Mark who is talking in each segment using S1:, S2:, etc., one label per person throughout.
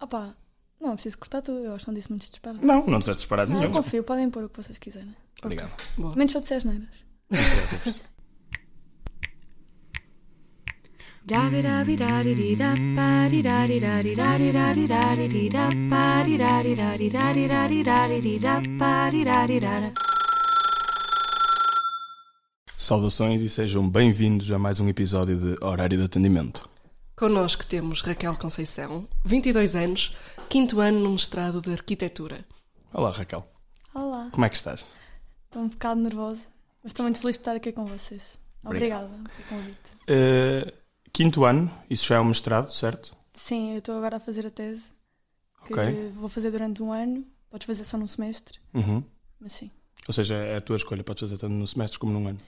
S1: Opa, não é preciso cortar tudo, eu acho que não disse muitos disparates.
S2: Não, não disseste disparado
S1: Não,
S2: nenhum.
S1: eu confio, podem pôr o que vocês quiserem.
S2: Obrigado.
S1: Menos só de asneiras.
S2: Saudações e sejam bem-vindos a mais um episódio de Horário de Atendimento.
S3: Connosco temos Raquel Conceição, 22 anos, quinto ano no mestrado de Arquitetura.
S2: Olá, Raquel.
S1: Olá,
S2: Como é que estás?
S1: estou um bocado nervosa, mas estou muito feliz por estar aqui com vocês.
S2: Obrigado.
S1: Obrigada pelo convite.
S2: Eh, quinto ano, isso já é um mestrado, certo?
S1: Sim, eu estou agora a fazer a tese, que
S2: Ok.
S1: vou fazer durante um ano, podes fazer só num semestre,
S2: Uhum.
S1: mas sim.
S2: Ou seja, é a tua escolha, podes fazer tanto no semestre como num ano.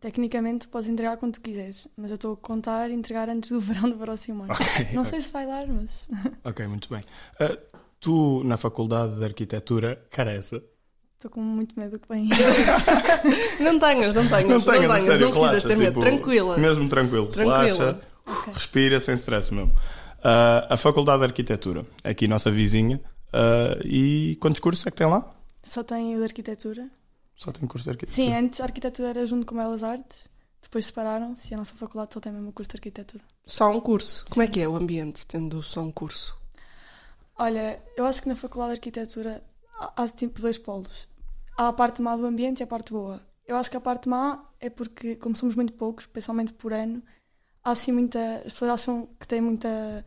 S1: Tecnicamente podes entregar quando tu quiseres, mas eu estou a contar entregar antes do verão do próximo ano.
S2: Ok.
S1: Não sei se vai dar, mas
S2: Ok, muito bem. Eh, tu, na Faculdade de Arquitetura, é carece.
S1: estou com muito medo que venha.
S3: Não tenhas, não tenhas, não
S2: tenhas,
S3: tenhas,
S2: a sério,
S3: não precisas
S2: relaxa,
S3: ter
S2: tipo,
S3: medo, tranquila.
S2: Mesmo tranquilo,
S3: Tranquila.
S2: relaxa,
S1: Ok.
S2: respira sem stress mesmo. Ah, a Faculdade de Arquitetura, aqui nossa vizinha. Ah, e quantos cursos é que tem lá?
S1: Só tem o de arquitetura.
S2: Só tem curso de arquitetura?
S1: Sim, antes a arquitetura era junto com Belas Artes, depois separaram-se e a nossa faculdade só tem mesmo o curso de arquitetura.
S3: Só um curso. Como é que é o ambiente, tendo só um curso?
S1: Olha, eu acho que na faculdade de arquitetura há, há tipo dois polos. Há a parte má do ambiente e a parte boa. Eu acho que a parte má é porque, como somos muito poucos, principalmente por ano, há assim muita. As pessoas acham que têm muita.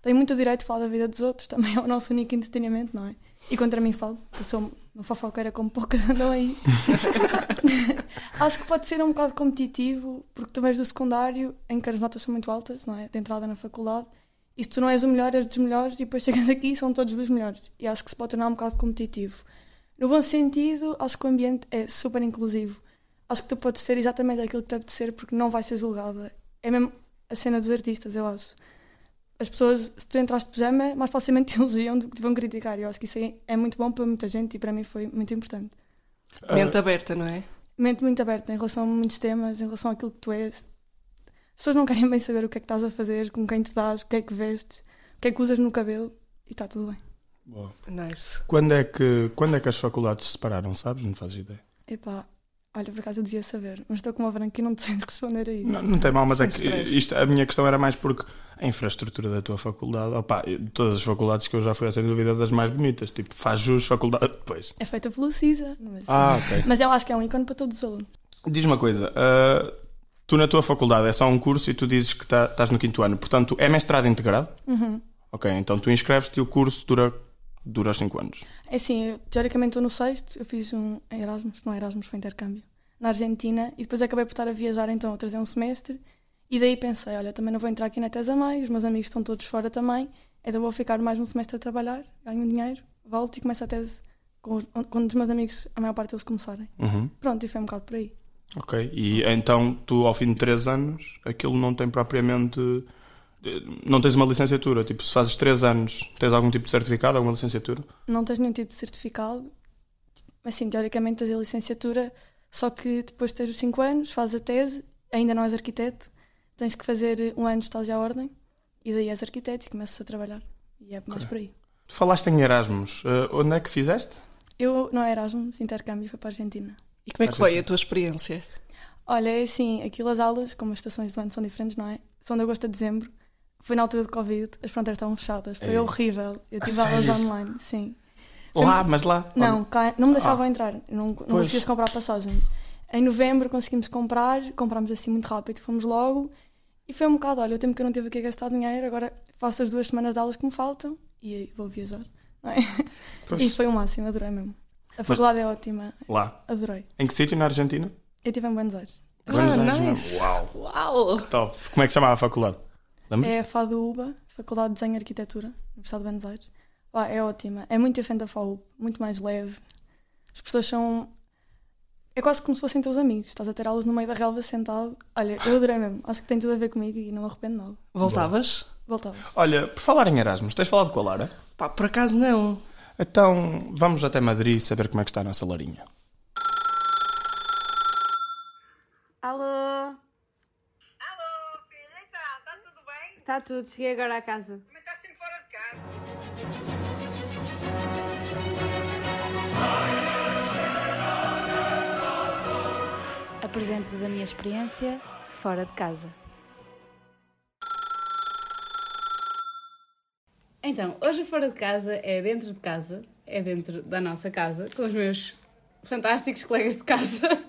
S1: têm muito direito de falar da vida dos outros, também é o nosso único entretenimento, não é? E contra mim falo, porque eu sou uma fofoqueira como poucas andam aí. Acho que pode ser um bocado competitivo, porque tu vens do secundário, em que as notas são muito altas, não é? De entrada na faculdade, e se tu não és o melhor, és dos melhores, e depois chegas aqui e são todos dos melhores. E acho que se pode tornar um bocado competitivo. No bom sentido, acho que o ambiente é super inclusivo. Acho que tu podes ser exatamente aquilo que te apetecer, porque não vais ser julgada. É mesmo a cena dos artistas, eu acho. As pessoas, se tu entras de pijama, mais facilmente te elogiam do que te vão criticar. E eu acho que isso é, é muito bom para muita gente e para mim foi muito importante
S2: Ah,
S3: Mente aberta, não é?
S1: mente muito aberta em relação a muitos temas, em relação àquilo que tu és. As pessoas não querem bem saber o que é que estás a fazer, com quem te dás, o que é que vestes, o que é que usas no cabelo e está tudo bem.
S2: boa.
S3: Nice.
S2: Ah, quando, é que, quando é que as faculdades se separaram, sabes? Não fazes ideia.
S1: Epá, olha, por acaso eu devia saber, mas estou com uma branca e não te sei responder a isso.
S2: Não, não tem mal, mas
S3: Sem
S2: é que
S3: stress.
S2: isto, a minha questão era mais porque a infraestrutura da tua faculdade, opá, todas as faculdades que eu já fui, é sem dúvida das mais bonitas. Tipo, faz jus faculdade depois.
S1: É feita pelo CISA, mas,
S2: Ah, ok.
S1: mas eu acho que é um ícone para todos os alunos.
S2: Diz uma coisa, ah, tu na tua faculdade é só um curso e tu dizes que tá- estás no quinto ano, portanto é mestrado integrado?
S1: Uhum.
S2: Ok, então tu inscreves-te e o curso dura, dura 5 anos.
S1: É assim, eu, teoricamente estou no sexto, eu fiz um em Erasmus, não é Erasmus, foi intercâmbio, na Argentina, e depois acabei por estar a viajar então a trazer um semestre, e daí pensei, olha, também não vou entrar aqui na tese a meio, os meus amigos estão todos fora também, então vou ficar mais um semestre a trabalhar, ganho dinheiro, volto e começo a tese com, os- quando os meus amigos, a maior parte deles começarem.
S2: Uhum.
S1: Pronto, e foi um bocado por aí.
S2: Ok, e então tu ao fim de 3 anos, aquilo não tem propriamente. eh, Não tens uma licenciatura. Tipo, se fazes 3 anos, tens algum tipo de certificado, alguma licenciatura?
S1: Não tens nenhum tipo de certificado, assim, teoricamente tens a licenciatura, só que depois tens os 5 anos, fazes a tese, ainda não és arquiteto, tens que fazer um ano de estágio à ordem, e daí és arquiteto e começas a trabalhar. E é mais
S2: Ok.
S1: por aí.
S2: Tu falaste em Erasmus. Eh, onde é que fizeste?
S1: Eu não era Erasmus, intercâmbio, foi para a Argentina.
S3: E como é que foi a tua experiência?
S1: Olha, é assim, aquilo as aulas, como as estações do ano são diferentes, não é? São de agosto a dezembro. Foi na altura de Covid, as fronteiras estavam fechadas, foi
S2: Ei.
S1: horrível. Eu
S2: É. A
S1: tive aulas
S2: sério?
S1: online, sim. Foi-
S2: Lá, mas lá.
S1: Não,
S2: Onde?
S1: cá- não me deixavam entrar, não, não
S2: Ah. Pois.
S1: conseguias comprar passagens. Em novembro conseguimos comprar, comprámos assim muito rápido, fomos logo e foi um bocado, olha, o tempo que eu não tive aqui a gastar dinheiro, agora faço as duas semanas de aulas que me faltam e aí vou viajar. não é?
S2: Pois.
S1: E foi o máximo, adorei mesmo. A faculdade é ótima,
S2: Lá.
S1: adorei.
S2: Em que sítio na Argentina?
S1: Eu um estive em Buenos Aires.
S2: Buenos
S3: ah,
S2: Aires,
S3: nice.
S2: não? Uau.
S3: Uau!
S2: Top. Como é que se chamava a faculdade? Lembras?
S1: É a FADUBA, Faculdade de Desenho e Arquitetura, Universidade de Buenos Aires. Pá, é ótima. É muito diferente da FAUB, muito mais leve. As pessoas são. É quase como se fossem teus amigos. Estás a ter aulas no meio da relva sentado. Olha, eu adorei mesmo. Acho que tem tudo a ver comigo e não me arrependo nada.
S3: Voltavas?
S1: Voltava.
S2: Olha, por falar em Erasmus, tens falado com a Lara?
S3: Pá, por acaso não.
S2: Então vamos até Madrid saber como é que está a nossa Larinha.
S4: Alô,
S5: Alô, filha, então, está tudo bem?
S4: está Tá tudo, cheguei agora à casa.
S5: Mas estás sempre fora de casa.
S4: Apresento-vos a minha experiência fora de casa.
S5: Então, hoje o fora de casa é dentro de casa, é dentro da nossa casa, com os meus fantásticos colegas de casa.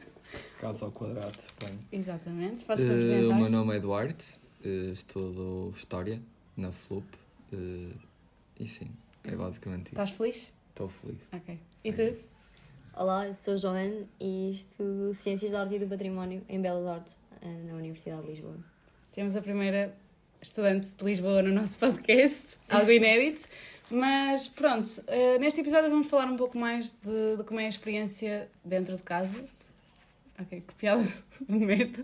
S6: Casa ao quadrado, bem.
S5: Exatamente, posso
S6: Eh, o
S5: apresentar?
S6: meu nome é Eduardo, eh, estudo História na FLUP eh, e sim, é basicamente
S5: Estás Ah,
S6: isso.
S5: feliz?
S6: Estou feliz.
S5: Ok. E tu?
S7: Olá, eu sou Joana e estudo Ciências da Arte e do Património em Belas Artes, eh, na Universidade de Lisboa.
S5: Temos a primeira estudante de Lisboa no nosso podcast, algo inédito. Mas pronto, eh, neste episódio vamos falar um pouco mais de, de como é a experiência dentro de casa. Ok, que piada de merda.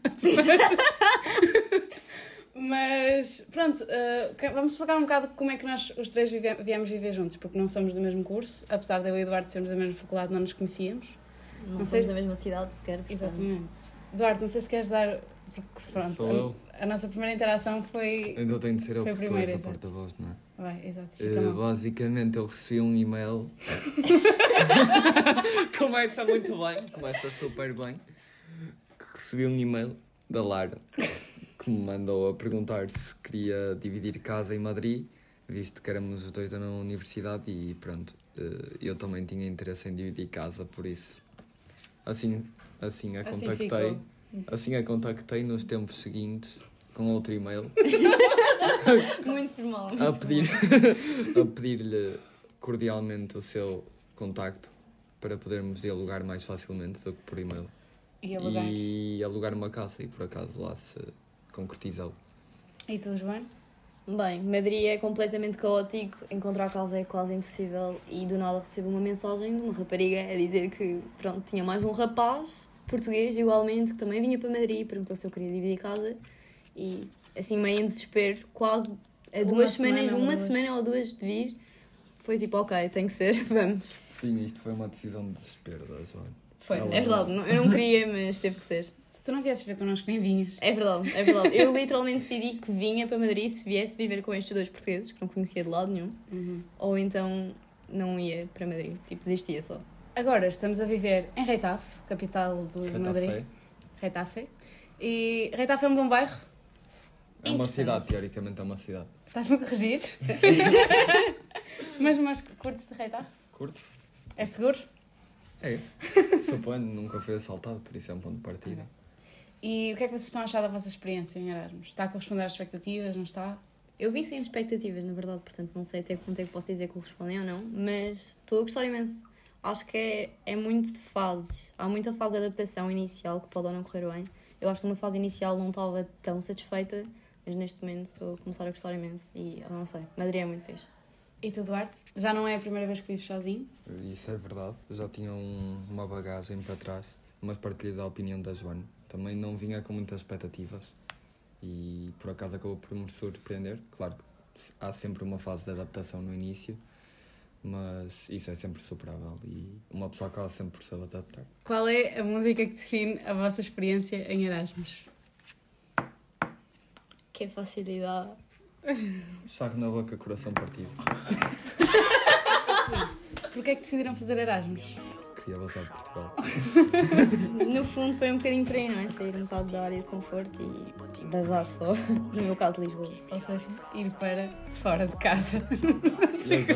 S5: Mas pronto, eh, que- vamos focar um bocado como é que nós os três vive- viemos viver juntos, porque não somos do mesmo curso, apesar de eu e o Eduardo sermos da mesma faculdade, não nos conhecíamos.
S7: Não,
S5: Não sei
S7: somos da
S5: se-
S7: mesma cidade sequer, portanto.
S5: Exatamente. Duarte, não sei se queres dar. Porque
S6: Sou
S5: pronto,
S6: eu.
S5: a, a nossa primeira interação foi.
S6: Então tenho de ser
S5: Foi
S6: eu que
S5: a
S6: estou
S5: primeira,
S6: essa
S5: exato.
S6: porta-voz, não é?
S5: Vai, exato,
S6: Eh,
S5: fica mal.
S6: basicamente eu recebi um e-mail. começa muito bem, começa super bem. Que Recebi um e-mail da Lara que me mandou a perguntar se queria dividir casa em Madrid, visto que éramos os dois da mesma universidade e pronto, eh, eu também tinha interesse em dividir casa, por isso. Assim, assim a
S5: Assim
S6: contactei.
S5: ficou.
S6: assim a contactei nos tempos seguintes com outro e-mail
S7: Muito formal.
S6: a pedir a pedir-lhe cordialmente o seu contacto para podermos dialogar mais facilmente do que por e-mail
S5: E alugar. E...
S6: e alugar uma casa e por acaso lá se concretizou.
S5: tu, João?
S7: Bem, Madrid é completamente caótico, encontrar casa é quase impossível e do nada recebo uma mensagem de uma rapariga a dizer que, pronto, tinha mais um rapaz português, igualmente, que também vinha para Madrid e perguntou se eu queria dividir casa e, assim, meio em desespero, quase a duas
S5: semana
S7: semanas,
S5: ou
S7: uma
S5: duas.
S7: semana ou duas de vir, foi tipo, ok, tem que ser, vamos.
S6: Sim, isto foi uma decisão de desespero da Joana.
S7: Foi,
S6: Ela-
S7: é verdade, não- eu não queria, mas teve que ser.
S5: Se tu não viesses ver connosco, nem vinhas.
S7: É verdade, é verdade. Eu literalmente decidi que vinha para Madrid se viesse viver com estes dois portugueses, que não conhecia de lado nenhum, ou então não ia para Madrid, tipo, desistia só.
S5: Agora estamos a viver em Retafe, capital de Madrid.
S6: Catafé.
S5: Retafe. E Retafe é um bom bairro.
S6: É uma cidade, teoricamente é uma cidade.
S5: Estás-me a corrigir. mas, mas curtes de Retafe?
S6: Curto?
S5: É seguro?
S6: É. Suponho, nunca fui assaltado, por isso é um ponto de partida.
S5: E o que é que vocês estão a achar da vossa experiência em Erasmus? Está a corresponder às expectativas? Não está?
S7: Eu vim sem expectativas, na verdade, portanto não sei até quanto é que posso dizer que correspondem ou não, mas estou a gostar imenso. Acho que é, é muito de fases. Há muita fase de adaptação inicial que pode ou não correr bem. Eu acho que numa fase inicial não estava tão satisfeita, mas neste momento estou a começar a gostar imenso e ah, não sei, Madrid é muito fixe.
S5: E tu, Duarte? Já não é a primeira vez que vives sozinho?
S6: Isso é verdade, eu já tinha um- uma bagagem para trás, mas partilhei da opinião da Joana. Também não vinha com muitas expectativas e por acaso acabou por me surpreender. Claro que se- há sempre uma fase de adaptação no início, mas isso é sempre superável e uma pessoa acaba sempre por se adaptar.
S5: Qual é a música que define a vossa experiência em Erasmus?
S7: Que facilidade.
S6: Sarro na boca, coração partido.
S5: Porquê é que decidiram fazer Erasmus?
S6: Queria vazar de Portugal.
S7: No fundo foi um bocadinho por aí, não é? Sair um bocado da área de conforto e tipo, bazar só. No meu caso, Lisboa.
S5: Ou seja, ir para fora de casa. é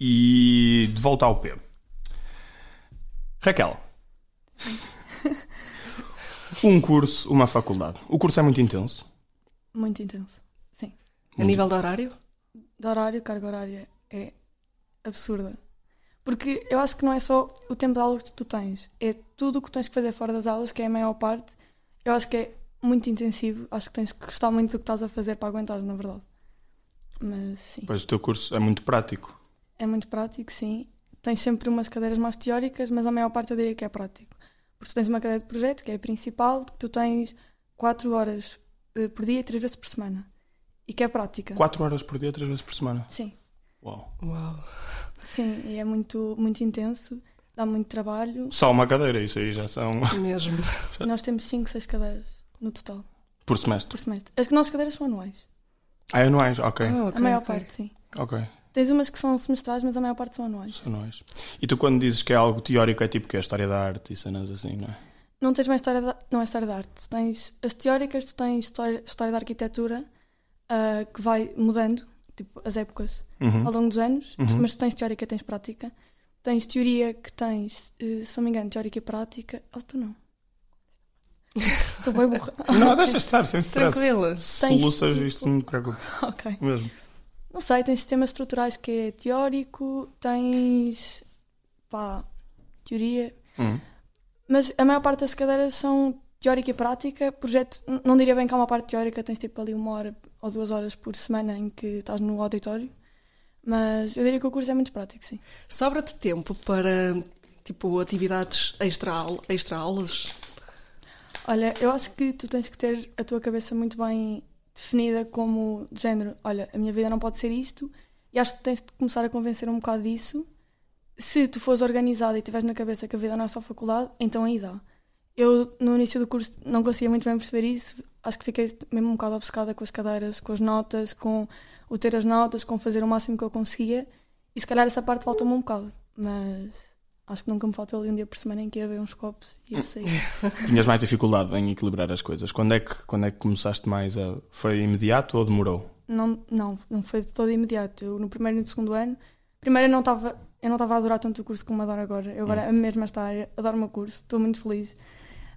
S2: E de volta ao P. Raquel. Um curso, uma faculdade. O curso é muito intenso.
S1: Muito intenso.
S3: A nível de horário?
S1: de horário, carga horária é absurda. Porque eu acho que não é só o tempo de aula que tu tens, é tudo o que tens que fazer fora das aulas, que é a maior parte. Eu acho que é muito intensivo, acho que tens que gostar muito do que estás a fazer para aguentar, na verdade. Mas sim,
S2: Pois o teu curso é muito prático.
S1: é muito prático, sim. Tens sempre umas cadeiras mais teóricas, mas a maior parte eu diria que é prático. Porque tu tens uma cadeira de projeto, que é a principal, que tu tens 4 horas eh, por dia, 3 vezes por semana. E que é prática.
S2: 4 horas por dia, 3 vezes por semana.
S1: Sim.
S2: Uau.
S3: Uau.
S1: Sim, e é muito, muito intenso, dá muito trabalho.
S2: Só uma cadeira, isso aí já são
S3: Mesmo.
S1: Nós temos 5, 6 cadeiras no total,
S2: por semestre.
S1: por semestre. As nossas cadeiras são anuais,
S2: Ah, anuais, ok.
S3: Ah,
S1: a
S3: ok,
S1: maior
S3: ok.
S1: parte, sim.
S2: Ok,
S1: Tens umas que são semestrais, mas a maior parte são anuais.
S2: anuais. E tu quando dizes que é algo teórico é tipo que é a história da arte e cenas assim, não é?
S1: Não tens mais história da, não é história da arte. Tu Tens as teóricas, tu tens história, história da arquitetura, ah, que vai mudando, tipo, as épocas
S2: Uhum.
S1: ao longo dos anos,
S2: Uhum.
S1: mas tu tens teórica, tens prática. Tens teoria que tens, eh, se não me engano, teórica e prática. Ou tu não? Estou bem burra.
S2: Não, deixa estar, sem stress.
S3: Tranquila.
S1: Tens
S2: Soluças,
S1: tipo-
S2: isto não me preocupa
S1: ok.
S2: mesmo.
S1: Não sei, tens sistemas estruturais que é teórico, tens. pá, teoria.
S2: Hum.
S1: Mas a maior parte das cadeiras são teórica e prática. Projeto, n- não diria bem que há uma parte teórica, tens tipo ali uma hora ou duas horas por semana em que estás no auditório. Mas eu diria que o curso é muito prático, sim.
S3: Sobra-te tempo para, tipo, atividades extra-aulas? Extra aulas?
S1: Olha, eu acho que tu tens que ter a tua cabeça muito bem definida como de género, olha, a minha vida não pode ser isto, e acho que tens de começar a convencer um bocado disso. Se tu fores organizada e tiveres na cabeça que a vida não é só faculdade, então aí dá. Eu, no início do curso, não conseguia muito bem perceber isso. Acho que fiquei mesmo um bocado obcecada com as cadeiras, com as notas, com o ter as notas, com fazer o máximo que eu conseguia. E se calhar essa parte faltou-me um bocado. Mas acho que nunca me faltou ali um dia por semana em que ia ver uns copos e ia sair.
S2: Tinhas mais dificuldade em equilibrar as coisas. Quando é que, quando é que começaste mais a. Foi imediato ou demorou?
S1: Não, não, não foi de todo imediato. Eu no primeiro e no segundo ano, primeiro eu não estava, eu não estava a adorar tanto o curso como adoro agora. Eu agora amo mesmo esta área, adoro o meu curso, estou muito feliz.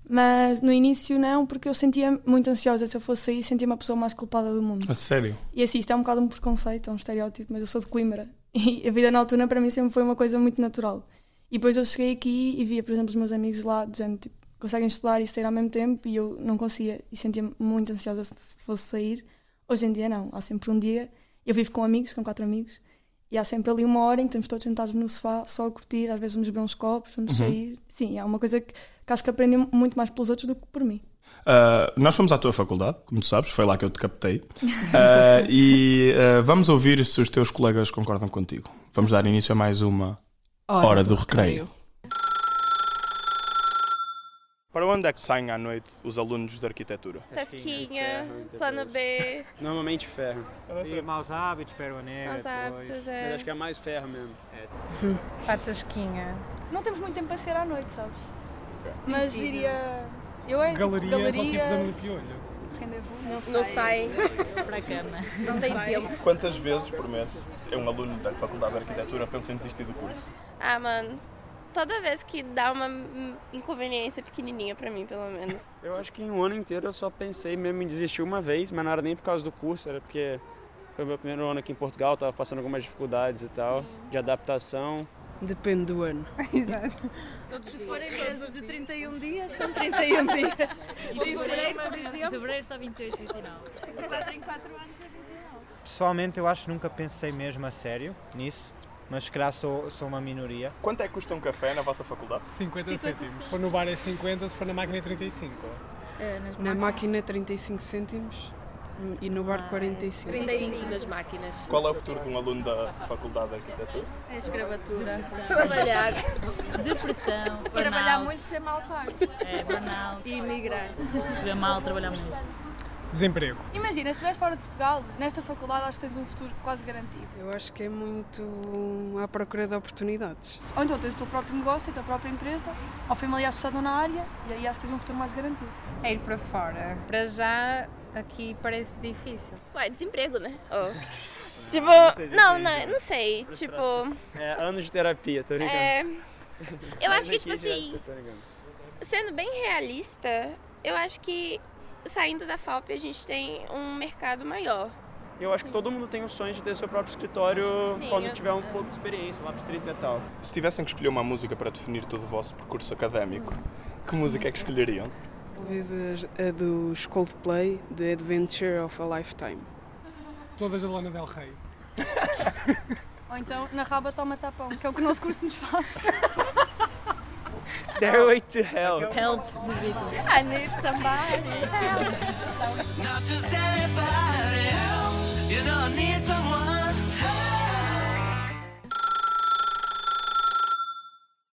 S1: Mas no início não, porque eu sentia muito ansiosa se eu fosse sair, sentia-me a pessoa mais culpada do mundo.
S2: A sério?
S1: E assim, isto é um bocado um preconceito, é um estereótipo, mas eu sou de Coimbra. E a vida noturna para mim sempre foi uma coisa muito natural. E depois eu cheguei aqui e via, por exemplo, os meus amigos lá, de gente, tipo, conseguem estudar e sair ao mesmo tempo, e eu não conseguia, e sentia-me muito ansiosa se fosse sair. Hoje em dia não, há sempre um dia, eu vivo com amigos, com quatro amigos, e há sempre ali uma hora em que estamos todos sentados no sofá, só a curtir, às vezes vamos beber uns copos, vamos sair. Sim, é uma coisa que, que acho que aprendi muito mais pelos outros do que por mim.
S2: Ah, nós fomos à tua faculdade, como tu sabes, foi lá que eu te captei. Ah, e ah, vamos ouvir se os teus colegas concordam contigo. Vamos dar início a mais uma. Hora do recreio. Para onde é que saem à noite os alunos de arquitetura?
S8: Assim, né,
S9: Tasquinha, plano B,
S10: Normalmente ferro. E maus hábitos, peroné.
S9: Maus
S10: depois.
S9: hábitos, é.
S10: Mas acho que é mais ferro mesmo. É.
S11: Patasquinha.
S1: Não temos muito tempo para chegar à noite, sabes? Mas diria. Eu é
S8: Galeria, é só tipo zona do piolho.
S1: rendezvous.
S9: não sai,
S11: Para a cama.
S9: não tem tempo.
S2: Quantas vezes por mês é um aluno da faculdade de arquitetura pensa em desistir do curso?
S9: Ah, mano, toda vez que dá uma hum, inconveniência pequenininha pra mim, pelo menos.
S8: Eu acho que em um ano inteiro eu só pensei mesmo em desistir uma vez, mas não era nem por causa do curso, era porque foi o meu primeiro ano aqui em Portugal, tava passando algumas dificuldades e tal, de adaptação.
S3: Depende do ano.
S11: Se forem meses de 31 dias, são 31 dias. E fevereiro, por exemplo. Fevereiro só 28 e 29.
S8: Pessoalmente eu acho que nunca pensei mesmo a sério nisso, mas se calhar sou, sou uma minoria.
S2: Quanto é que custa um café na vossa faculdade?
S8: 50 cêntimos.
S10: Se for no bar é 50, se for na máquina é 35.
S3: Na máquina, 35 cêntimos e no bar, 45.
S11: 35 nas máquinas.
S2: Qual é o futuro de um aluno da faculdade de arquitetura?
S11: A escravatura. Trabalhar. Depressão. Trabalhar muito ser mal pago. É, burnout. E migrar. Se vê mal, trabalhar muito.
S10: Desemprego.
S1: Imagina, se estiveres fora de Portugal, nesta faculdade acho que tens um futuro quase garantido.
S3: Eu acho que é muito à procura de oportunidades.
S1: Ou então tens o teu próprio negócio, a tua própria empresa, ou familiares que estão na área, e aí acho que tens um futuro mais garantido.
S11: É ir para fora. Para já, aqui parece difícil.
S9: Ué, desemprego, né? Ó. Tipo,
S8: sei, né?
S9: não, é,
S8: depende.
S9: não, não sei, tipo,
S8: É, anos de terapia, tô brincando.
S9: é, eu acho que,
S8: Daqui
S9: tipo
S8: direto,
S9: assim,
S8: tô brincando.
S9: sendo bem realista, eu acho que saindo da FAP a gente tem um mercado maior.
S8: Eu acho que todo mundo tem o sonho de ter seu próprio escritório
S9: Sim,
S8: quando
S9: eu-
S8: tiver um
S9: é.
S8: pouco de experiência, lá pros 30 e tal.
S2: Se tivessem que escolher uma música para definir todo o vosso percurso académico, que música é que escolheriam?
S3: Talvez a, a dos Coldplay, The Adventure of a Lifetime.
S10: Todas a Lana Del Rey.
S1: Ou então na raba toma tapão, que é o que o nosso curso nos faz.
S8: Stairway to
S9: é
S8: Hell.
S11: Help.
S1: I need somebody.
S12: Not just anybody help. You don't need someone. Hey.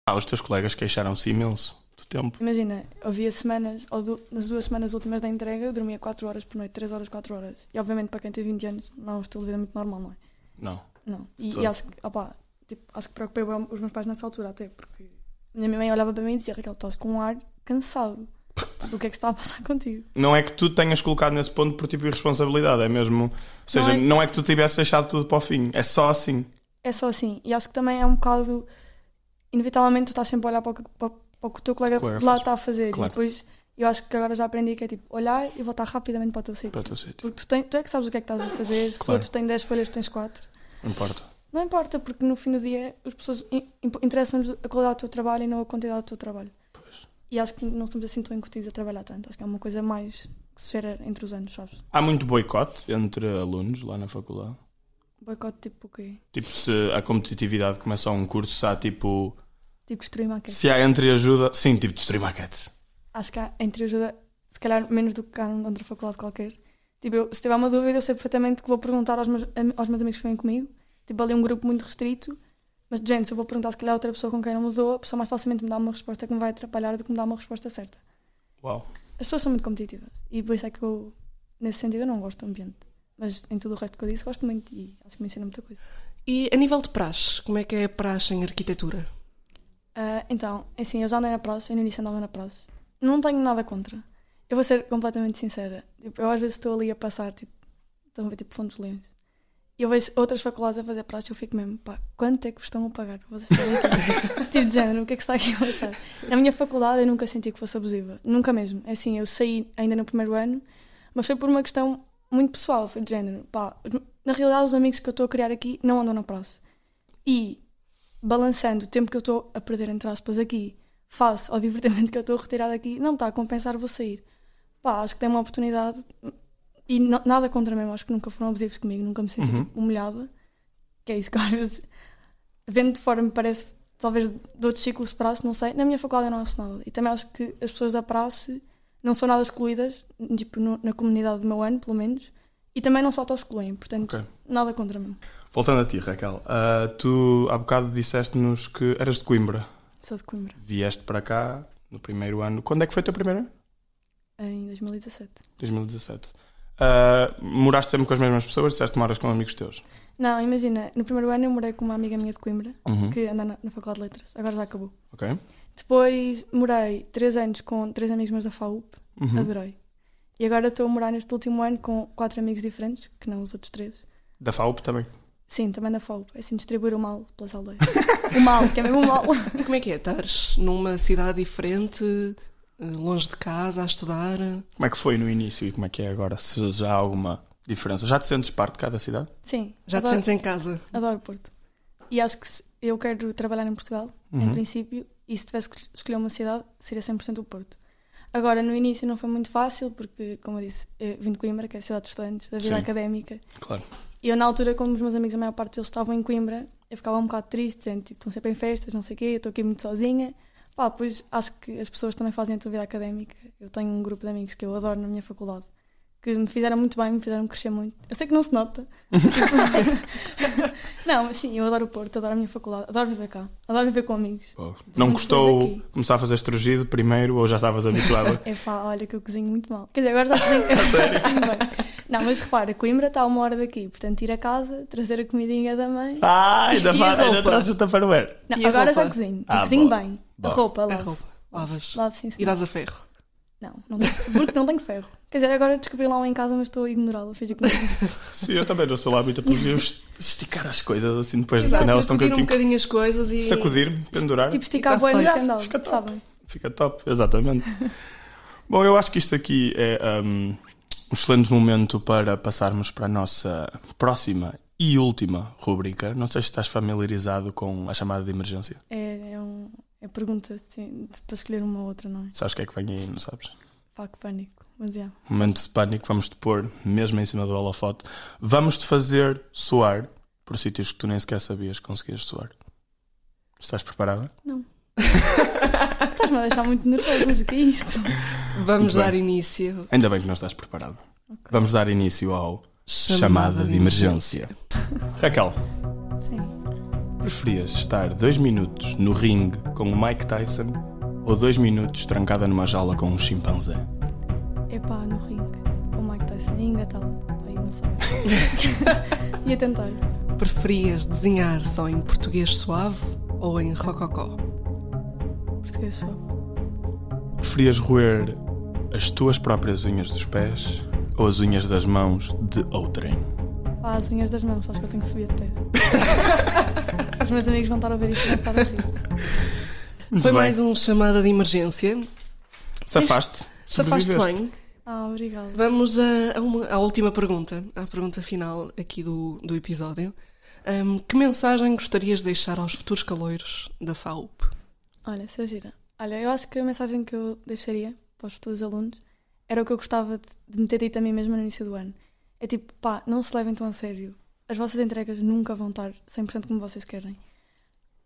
S2: Ah, os teus colegas queixaram-se imenso do tempo.
S1: Imagina, havia semanas, ou du- nas duas semanas últimas da entrega, eu dormia 4 horas por noite, 3 horas, 4 horas. E obviamente para quem tem 20 anos não é um estilo de vida muito normal, não é?
S2: Não.
S1: Não. E,
S2: Estou-
S1: e acho que, opá, tipo, acho que preocupei bué os meus pais nessa altura até, porque a minha mãe olhava para mim e dizia, Raquel, estás com um ar cansado. Tipo, o que é que se está a passar contigo?
S2: Não é que tu tenhas colocado nesse ponto por tipo irresponsabilidade, é mesmo. Ou seja, não
S1: Não
S2: é,
S1: é-
S2: que tu tivesse deixado tudo para o fim, é só assim.
S1: É só assim. E acho que também é um bocado. Inevitavelmente tu estás sempre a olhar para o que, para, para o, que o teu colega
S2: Claro,
S1: de lá
S2: faz-
S1: está a fazer. E
S2: claro.
S1: depois eu acho que agora já aprendi que é tipo olhar e voltar rapidamente para o teu sítio.
S2: Para o teu sítio.
S1: Porque tu, tem- tu é que sabes o que é que estás a fazer. Se o
S2: Claro.
S1: outro tem 10 folhas, tu tens 4.
S2: Não importa.
S1: Não importa, porque no fim do dia as pessoas in- imp- interessam-nos a qualidade do teu trabalho e não a quantidade do teu trabalho. E acho que não estamos assim tão incutidos a trabalhar tanto. Acho que é uma coisa mais que se gera entre os anos, sabes?
S2: Há muito boicote entre alunos lá na faculdade.
S1: Boicote tipo o quê?
S2: Tipo, se a competitividade começa a um curso, se há tipo.
S1: Tipo destruir maquetes.
S2: Se há entre ajuda. Sim, tipo, destruir maquetes.
S1: Acho que há entre ajuda, se calhar menos do que cá noutra faculdade qualquer. Tipo, eu, se tiver uma dúvida, eu sei perfeitamente que vou perguntar aos meus, am- aos meus amigos que vêm comigo. Tipo, ali um grupo muito restrito. Mas, gente, se eu vou perguntar se calhar a outra pessoa com quem não mudou, a pessoa mais facilmente me dá uma resposta que me vai atrapalhar do que me dá uma resposta certa.
S2: Uau.
S1: As pessoas são muito competitivas. E por isso é que eu, nesse sentido, eu não gosto do ambiente. Mas em tudo o resto que eu disse, gosto muito e acho que me ensina muita coisa.
S3: E a nível de praxe, como é que é a praxe em arquitetura?
S1: Ah, então, assim, eu já andei na praça, eu no início andava na praça. Não tenho nada contra. Eu vou ser completamente sincera. Tipo, Eu às vezes estou ali a passar, tipo, estão a ver tipo fontes leões. E eu vejo outras faculdades a fazer praxe e eu fico mesmo, pá, quanto é que vos estão a pagar para vocês estarem aqui? tipo de género, o que é que se está aqui a passar? Na minha faculdade eu nunca senti que fosse abusiva. Nunca mesmo. É assim, eu saí ainda no primeiro ano, mas foi por uma questão muito pessoal, foi de género. Pá, os- na realidade os amigos que eu estou a criar aqui não andam na praça. E balançando o tempo que eu estou a perder, entre aspas, aqui, face ao divertimento que eu estou a retirar daqui, não está a compensar, vou sair. Pá, acho que tem uma oportunidade e n- nada contra mesmo, acho que nunca foram abusivos comigo, nunca me senti
S2: Uhum.
S1: tipo, humilhada. Que é isso que às vezes, vendo de fora, me parece, talvez de outros ciclos de praxe, não sei. Na minha faculdade eu não acho nada. E também acho que as pessoas da praxe não são nada excluídas, tipo, no- na comunidade do meu ano, pelo menos. E também não se auto-excluem, portanto,
S2: Ok.
S1: nada contra mim.
S2: Voltando a ti, Raquel, ah, tu há bocado disseste-nos que eras de Coimbra.
S1: Sou de Coimbra,
S2: Vieste para cá no primeiro ano. Quando é que foi o teu primeiro ano?
S1: em 2017.
S2: 2017. Ah, moraste sempre com as mesmas pessoas, disseste que moras com amigos teus.
S1: Não, imagina, no primeiro ano eu morei com uma amiga minha de Coimbra,
S2: Uhum.
S1: que anda na, na Faculdade de Letras, agora já acabou.
S2: Ok?
S1: Depois morei três anos com três amigos meus da FAUP,
S2: Uhum.
S1: adorei. E agora estou a morar neste último ano com quatro amigos diferentes, que não os outros três.
S2: Da FAUP também.
S1: Sim, também da FAUP, é assim distribuir o mal pelas aldeias. o mal, que é mesmo o mal.
S3: Como é que é? Estás numa cidade diferente, eh, longe de casa, a estudar?
S2: Como é que foi no início e como é que é agora? Se já há alguma diferença? Já te sentes parte de cada cidade?
S1: Sim.
S3: Já te
S1: adoro-
S3: sentes em casa?
S1: Adoro Porto. E acho que se- eu quero trabalhar em Portugal,
S2: Uhum.
S1: em princípio, e se tivesse que escolher uma cidade, seria 100% o Porto. Agora, no início não foi muito fácil, porque, como eu disse, eu vim de Coimbra, que é a cidade dos estudantes, da vida
S2: Sim.
S1: académica.
S2: Claro.
S1: E eu, na altura, quando os meus amigos, a maior parte deles estavam em Coimbra, eu ficava um bocado triste, gente, tipo, estão sempre em festas, não sei o quê, eu estou aqui muito sozinha. Pá, pois acho que as pessoas também fazem a tua vida académica. Eu tenho um grupo de amigos que eu adoro na minha faculdade, que me fizeram muito bem, me fizeram crescer muito. Eu sei que não se nota. Tipo, não, mas sim, eu adoro o Porto, adoro a minha faculdade, adoro viver cá, adoro viver com amigos.
S2: Não
S1: muito
S2: gostou
S1: feliz aqui.
S2: começar a fazer estrugido primeiro ou já estavas habituada?
S1: É pá, olha que eu cozinho muito mal. Quer dizer, agora já cozinho, já cozinho bem. Não, mas repara, Coimbra está a uma hora daqui, portanto, ir a casa, trazer a comidinha da mãe.
S2: ah, ainda,
S1: E
S2: faz,
S1: a
S2: ainda
S1: roupa?
S2: trazes o Tupperware.
S1: Não,
S3: E a
S1: agora
S3: roupa?
S1: já cozinho.
S2: Ah,
S1: eu cozinho
S2: boa.
S1: bem.
S2: Boa.
S1: A roupa,
S3: A
S1: lavo.
S3: roupa, lavas.
S1: Lavo, sim, sim.
S3: E dás a ferro.
S1: Não, não tenho, porque não tenho ferro. Quer dizer, agora descobri lá um em casa, mas estou a ignorá-lo. Fiz que não existe.
S2: Sim, eu também não sou lá muito apologia. Esticar as coisas assim depois da
S3: Exato,
S2: panela, estão
S3: sacudir um
S2: cantinho.
S3: bocadinho as coisas e...
S2: Sacudir, pendurar.
S1: Tipo,
S3: E
S1: esticar
S3: tá
S1: boas no
S3: feito.
S1: estendal,
S2: Fica top.
S1: sabem?
S2: Fica top, exatamente. Bom, eu acho que isto aqui é um, um excelente momento para passarmos para a nossa próxima e última rúbrica. Não sei se estás familiarizado com a chamada de emergência.
S1: É, é, um, é pergunta assim, de- para escolher uma ou outra, não é?
S2: Sabes o que é que vem aí, não sabes?
S1: Pá, que pânico. Mas é.
S2: Momento de pânico, vamos-te pôr mesmo em cima do holofote. Vamos-te fazer soar por sítios que tu nem sequer sabias que conseguias soar. Estás preparada?
S1: Não. Estás-me a deixar muito nervosa, mas o que é isto?
S3: Vamos
S2: Muito bem.
S3: dar início.
S2: Ainda bem que não estás preparada. Vamos dar início ao
S3: Chamada
S2: chamada
S3: de
S2: de emergência. Raquel,
S1: Sim.
S2: Preferias estar dois minutos no ringue com o Mike Tyson ou dois minutos trancada numa jaula com um chimpanzé?
S1: É pá, no ringue. Com o Mike Tyson e engatá-lo. Pá, eu não sei. Ia tentar.
S3: Preferias desenhar só em português suave ou em rococó?
S1: Português só.
S2: Preferias roer as tuas próprias unhas dos pés ou as unhas das mãos de outrem?
S1: Pá, Ah, as unhas das mãos, sabes que eu tenho fobia de pés. Os meus amigos vão estar a ver isto e vão estar a rir.
S2: Muito bem.
S3: Foi mais um chamada de emergência.
S2: Safaste.
S3: Safaste
S2: Sobreviveste.
S3: bem.
S1: Ah, obrigada.
S3: Vamos a, a uma- à última pergunta, à pergunta final aqui do, do episódio. Ahm, que mensagem gostarias de deixar aos futuros caloiros da FAUP?
S1: Olha, seu gira. Olha, eu acho que a mensagem que eu deixaria para os futuros alunos era o que eu gostava de, de me ter dito a mim mesma no início do ano. É tipo, pá, não se levem tão a sério. As vossas entregas nunca vão estar 100% como vocês querem.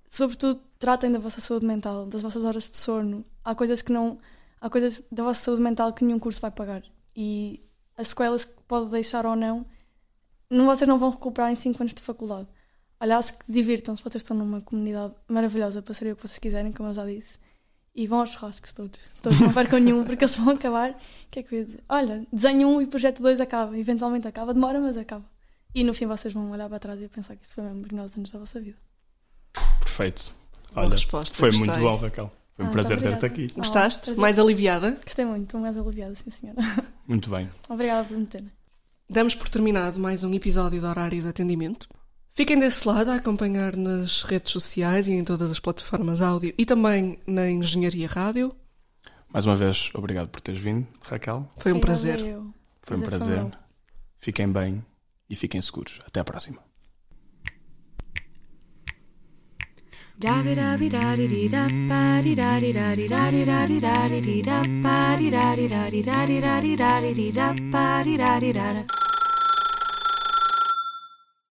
S1: Sobretudo, tratem da vossa saúde mental, das vossas horas de sono. Há coisas que não. Há coisas da vossa saúde mental que nenhum curso vai pagar. E as sequelas que pode deixar ou não, não vocês não vão recuperar em 5 anos de faculdade. Olha, acho que divirtam-se, vocês estão numa comunidade maravilhosa para serem o que vocês quiserem, como eu já disse. E vão aos churrascos todos. Todos não percam nenhum, porque eles vão acabar. O que é que eu ia dizer? Olha, desenho um e projeto dois acaba. Eventualmente acaba, demora, mas acaba. E no fim vocês vão olhar para trás e pensar que isso foi mesmo os melhores anos da vossa vida.
S2: Perfeito.
S3: Boa
S2: Olha,
S3: resposta,
S2: foi
S3: gostei.
S2: muito bom, Raquel. Foi um
S1: Ah,
S2: prazer
S1: então,
S2: ter-te
S1: obrigada.
S2: aqui.
S1: Ah,
S3: Gostaste?
S1: prazer.
S3: Mais um? aliviada?
S1: Gostei muito, estou mais aliviada, sim senhora.
S2: Muito bem.
S1: Obrigada por me terem.
S3: um Damos por terminado mais um episódio do Horário de Atendimento. Fiquem desse lado a acompanhar nas redes sociais e em todas as plataformas áudio e também na Engenharia Rádio.
S2: Mais uma vez, obrigado por teres vindo, Raquel.
S3: Foi um prazer.
S2: Foi um prazer. Fiquem bem e fiquem seguros. Até à próxima.
S12: Party,